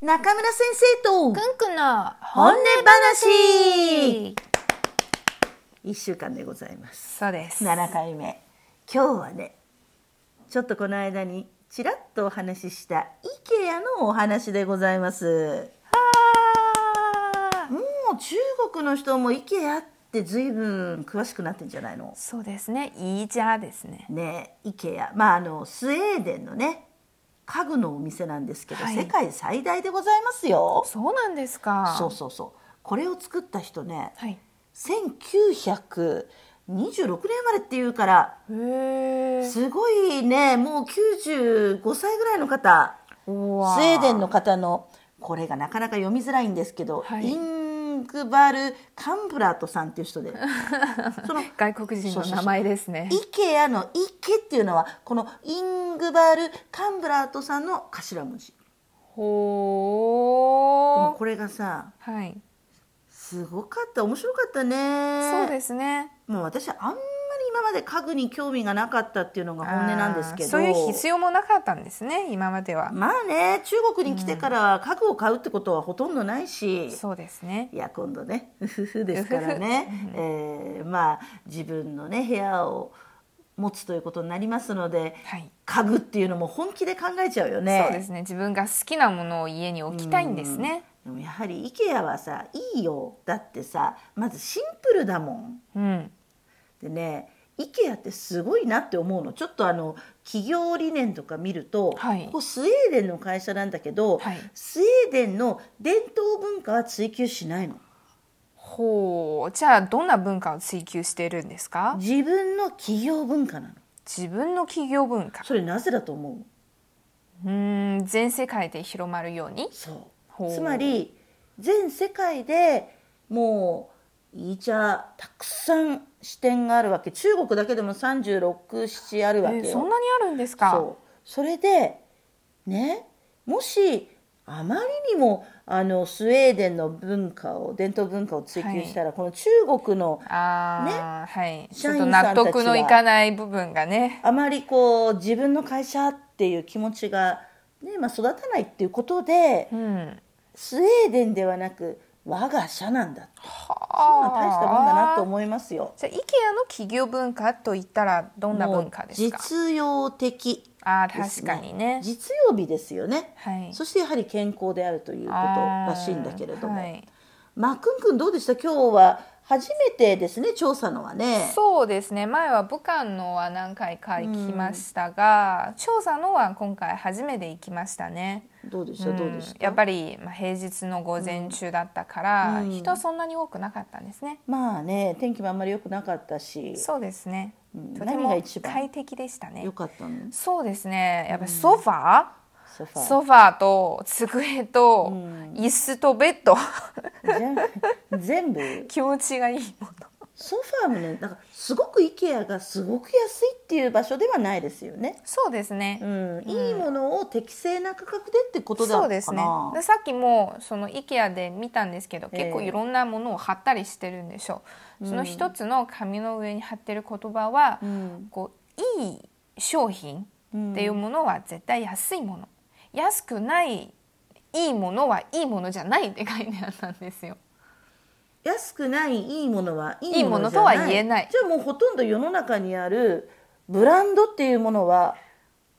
中村先生とくんくんの本音本音話一週間でございますそうです7回目今日はねちょっとこの間にちらっとお話しした IKEA のお話でございますもう中国の人も IKEA って随分詳しくなってんじゃないのそうですねいいじゃですねね IKEA まああのスウェーデンのね家具のお店なんですけど、はい世界最大でございますよそうなんですかそうそうそうこれを作った人ねはい1926年生まれっていうからへえすごいねもう95歳ぐらいの方ススウウェーデンの方のこれがなかなか読みづらいんですけど、はいイングバル・カンブラートさんっていう人 でその外国人そうのそうそう名前ですねイケアの「イケ」っていうのはこのイングバル・カンブラートさんの頭文字でもほーこれがさはいすごかった面白かったねそうですねもう私あんまり今まで家具に興味がなかったっていうのが本音なんですけどあーそういう必要もなかったんですね今まではまあね中国に来てからは家具を買うってことはほとんどないし、そうですねいや今度ね うふふですから ね、えーまあ自分のね部屋を持つということになりますのではい家具っていうのも本気で考えちゃうよね。そうですね自分が好きなものを家に置きたいんですねでもやはり IKEA はさいいよだってさまずシンプルだもん。うんでね IKEA ってすごいなって思うのちょっとあの企業理念とか見ると、はいここスウェーデンの会社なんだけど、はいスウェーデンの伝統文化は追求しないのほうじゃあどんな文化を追求しているんですか自分の企業文化なの自分の企業文化それなぜだと思ううーん全世界で広まるようにそほうつまり全世界でもういい茶たくさん支店があるわけ中国だけでも367あるわけよ、えそんなにあるんですかそうそれでねもしあまりにもあのスウェーデンの文化を伝統文化を追求したら、この中国のああ、はいち社ょっ員とさんたちは納得のいかない部分がねあまりこう自分の会社っていう気持ちが、ねまあ、育たないっていうことでうんスウェーデンではなく我が社なんだってはまあ大したもんだなとう思いますよ。じゃあ IKEA の企業文化といったらどんな文化ですかもう実用的ああです確ねかにね実用美ですよね。はいそしてやはり健康であるということあーらしいんだけれども、はいまあ、くんくんどうでした今日は初めてですね調査のはねそうですね前は武漢のは何回か行きましたが、調査のは今回初めて行きましたね、どうでしたどうでしうんたやっぱりまあ平日の午前中だったから、うん人はそんなに多くなかったんですね、まあね天気もあんまり良くなかったしそうですね、んとて何がも一番快適でしたね良かったのそうですねやっぱりソファソフー、ァーソファーと机とうん椅子とベッド 全全部気持ちがいいものソファーもねなんかすごく IKEA がすごく安いっていう場所ではないですよね、そうですね、うん、いいものを適正な価格でってことだそかうですねなでさっきもその IKEA で見たんですけどええ結構いろんなものを貼ったりしてるんでしょう、その一つの紙の上に貼ってる言葉は、うんこういい商品っていうものは絶対安いもの、安くないいいものはいいものじゃないって書いてあったんですよ。安くないいいものはいいいものとはいいものじゃ言えないじゃあもうほとんど世の中にあるブランドっていうものは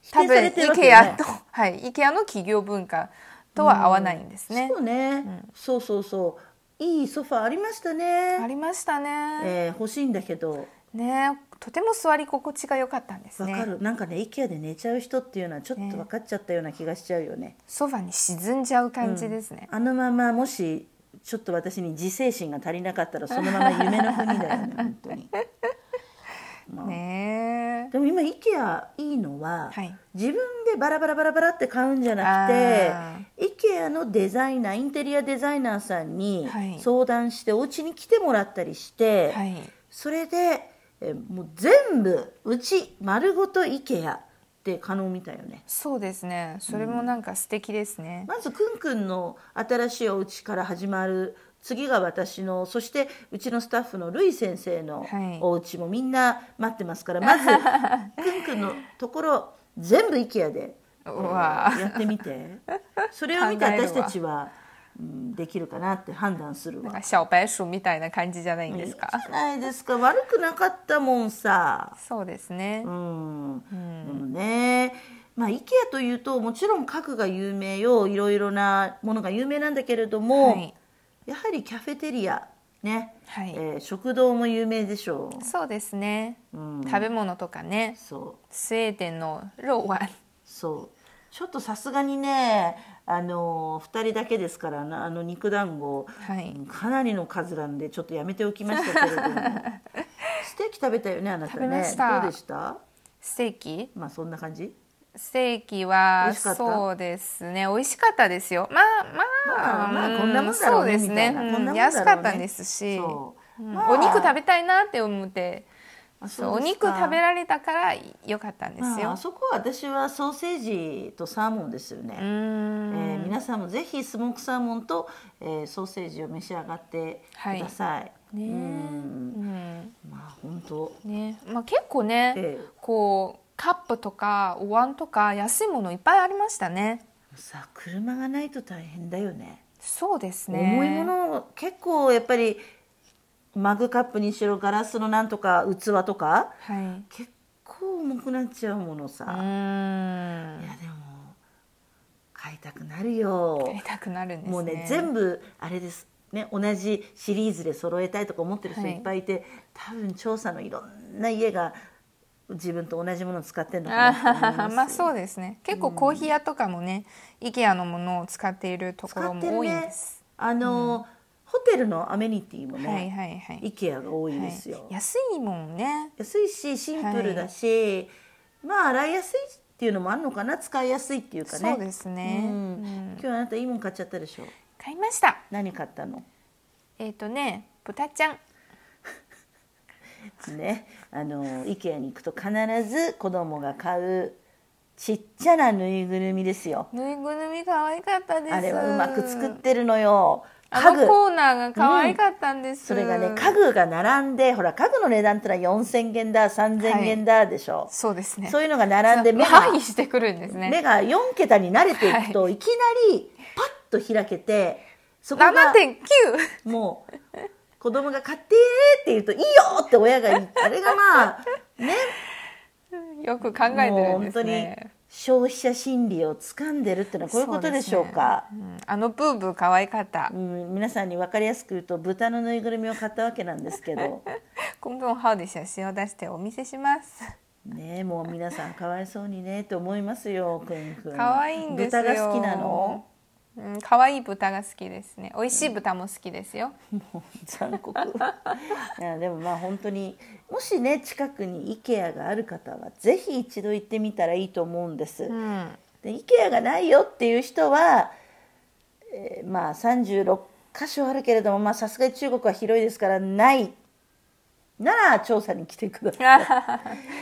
否多定さ分れてるわけよ IKEA と、はい、IKEA の企業文化とは合わないんですね。そうね、そうそうそういいソファーありましたあね、りましたね。えー欲しいんだけどねとても座り心地が良かったんですわね。かる、なんかね IKEA で寝ちゃう人っていうのはちょっと分かっちゃったような気がしちゃうよねソファに沈んじゃう感じですね、あのままもしちょっと私に自制心が足りなかったらそのまま夢の国だ よね本当にねでも今 IKEA いいのは、はい自分でバラバラバラバラって買うんじゃなくあて IKEA のデザイナーインテリアデザイナーさんにはい相談してお家に来てもらったりして、えはいそれでえもう全部うち丸ごと IKEA って可能みたいよねそうですねそれもなんか素敵ですね、まずくんくんの新しいお家から始まる次が私のそしてうちのスタッフのるい先生のはいお家 もみんな待ってますから、まずくんくんのところ全部 IKEA でうわやってみてそれを見て考えるわ私たちは、うん、できるかなって判断するなんわか小白鼠みたいな感じじゃないんですかいいじゃないですか悪くなかったもんさそうですね、うん、でもねまあ IKEA というともちろん家具が有名よいろいろなものが有名なんだけれども、はいやはりキャフェテリアね、はいえー食堂も有名でしょそうですね、う、うん、食べ物とかねそうスウェーデンのローワンそうちょっとさすがにねあの2人だけですからなあの肉団子、はいうんかなりの数なんでちょっとやめておきましたけれど もステーキ食べたよねあなたね食べましたどうでしたステーキまあそんな感じステーキ美は味しかったそうですね美味しかったですよまあまあ、まあまあこんなもんだろうねそうですねみたいなこんなもんだろうねうん安かったですし、そううんまあお肉食べたいなって思ってあそうそおうです肉か食べられたからよかったんですまあ、よあ、そこは私はソーセージとサーモンですようね、えん、ー皆さんもぜひスモークサーモンと、えーソーセージを召し上がってください、ねえうんうんまあ本当ねまあ、結構ね、ええこうカップとかお椀とか安いものいっぱいありましたねさ車がないと大変だよねそうですね重いもの結構やっぱりマグカップにしろガラスのなんとか器とかはいう結構重くなっちゃうものーさ、んいやでも買いたくなるよやりたくなるんですねもうね全部あれですね同じシリーズで揃えたいとか思ってる人はいいっぱいいて、多分調査のいろんな家が自分と同じものを使ってるのかあなと思いはまはす まあそうですね結構コーヒー屋とかもね、IKEA のものを使っているとこ使ろってもる多いんねです、あの、ホテルのアメニティもね、はいはいはい IKEA が多いですよ、はい安いもんね安いしシンプルだし、まあ洗いやすいっていうのもあるのかな使いやすいっていうかねそうですね、うんうん今日あなたいいもん買っちゃったでしょ買いました何買ったのえっ、とね豚ちゃんね、あの IKEA に行くと必ず子供が買うちっちゃなぬいぐるみですよぬいぐるみ可愛かったですあれはうまく作ってるのよあ家の具コーナーが可愛かったんです、それがね家具が並んでほら家具の値段ってのは4,000元だ3,000はい元だでしょ、そうですねそうういうのが並んで目が麻痺してくるんですね目が4桁に慣れていくと、い、きなりパッと開けてそこが7.9もう子供が買ってって言うと「いいよ!」って親が言うあれがまあねよく考えてもうる本んで当すにね消費者心理を掴んでるってのはこういうことでしょうかそうですねうんあのブーブー可愛かったうん、皆さんに分かりやすく言うと豚のぬいぐるみを買ったわけなんですけ ど今後ハウで写真を出してお見せしますねえもう皆さんかわいそうにねって思いますよくんくん可愛いんですよ豚が好きなの うん、可愛い豚が好きですね美味しい豚も好きですよ、もう残酷いやでもまあ本当にもしね近くに IKEA がある方はぜひ一度行ってみたらいいと思うんです、 うん、 で IKEA がないよっていう人は、えーまあ36箇所あるけれどもまあさすがに中国は広いですからないなら調査に来てくださ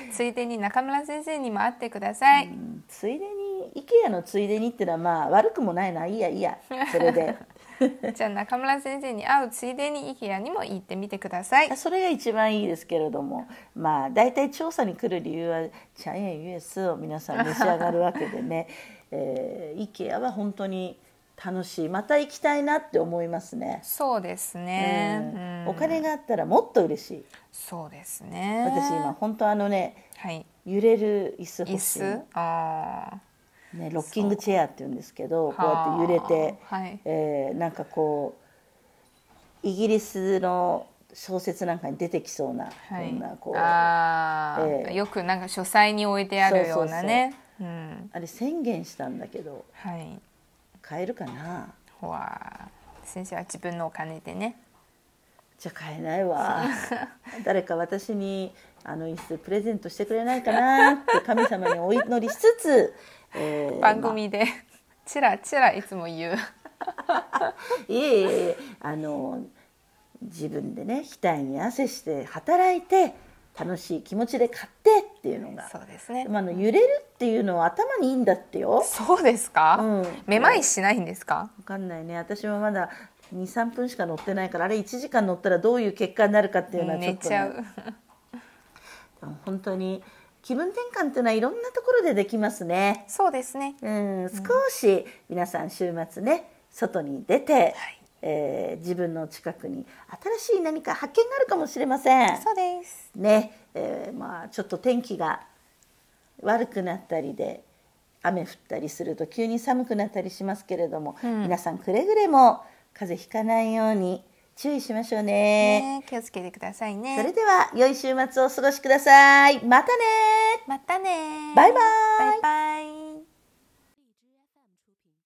い、ついでに中村先生にも会ってください、ついでに IKEA のついでにってのはまあ悪くもないないいやいいやそれで じゃあ中村先生に会うついでに IKEA にも行ってみてくださいそれが一番いいですけれどもまあ大体調査に来る理由はチャイエンユエスを皆さん召し上がるわけでね、えー、IKEA は本当に楽しいまた行きたいなって思いますねそうですうんね、うんお金があったらもっと嬉しいそうですね私今本当あのねはい揺れる椅子椅欲しい子あね、ロッキングチェアっていうんですけどーこうやって揺れて、はいえーなんかこうイギリスの小説なんかに出てきそうな、はいこんなこうああーええよくなんか書斎に置いてあるようなねうんれ宣言したんだけどはい買えるかなほわー先生は自分のお金でねじゃあ買えないわ誰か私にあの椅子プレゼントしてくれないかなって神様にお祈りしつつ、えー 番組でチラチラいつも言ういえいえいえあの自分でね額に汗して働いて楽しい気持ちで買ってっていうのが、そうですねまあ、あの揺れるっていうのは頭にいいんだってよそうですか、うんめまいしないんですか分かんないね私もまだ23分しか乗ってないからあれ1時間乗ったらどういう結果になるかっていうのはちょ寝っとちね、ゃう本当に気分転換っていうのはいろんなところでできますね。そうですね。うん、少し皆さん週末ね外に出て、えー自分の近くに新しい何か発見があるかもしれません。そうです。ねえーまあ、ちょっと天気が悪くなったりで雨降ったりすると急に寒くなったりしますけれども、うん皆さんくれぐれも風邪ひかないように注意しましょうね。ね、気をつけてくださいね。それでは良い週末をお過ごしください。またねまたね。バイバイバイバイ